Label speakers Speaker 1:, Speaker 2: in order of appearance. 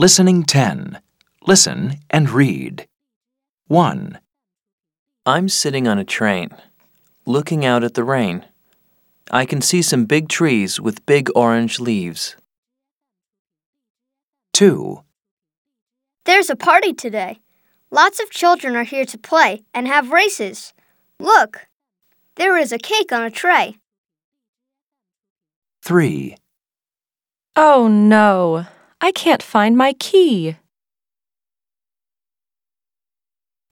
Speaker 1: Listening 10. Listen and read. 1,
Speaker 2: I'm sitting on a train, looking out at the rain. I can see some big trees with big orange leaves.
Speaker 1: 2,
Speaker 3: There's a party today. Lots of children are here to play and have races. Look, there is a cake on a tray.
Speaker 1: 3,
Speaker 4: Oh no, I can't find my key.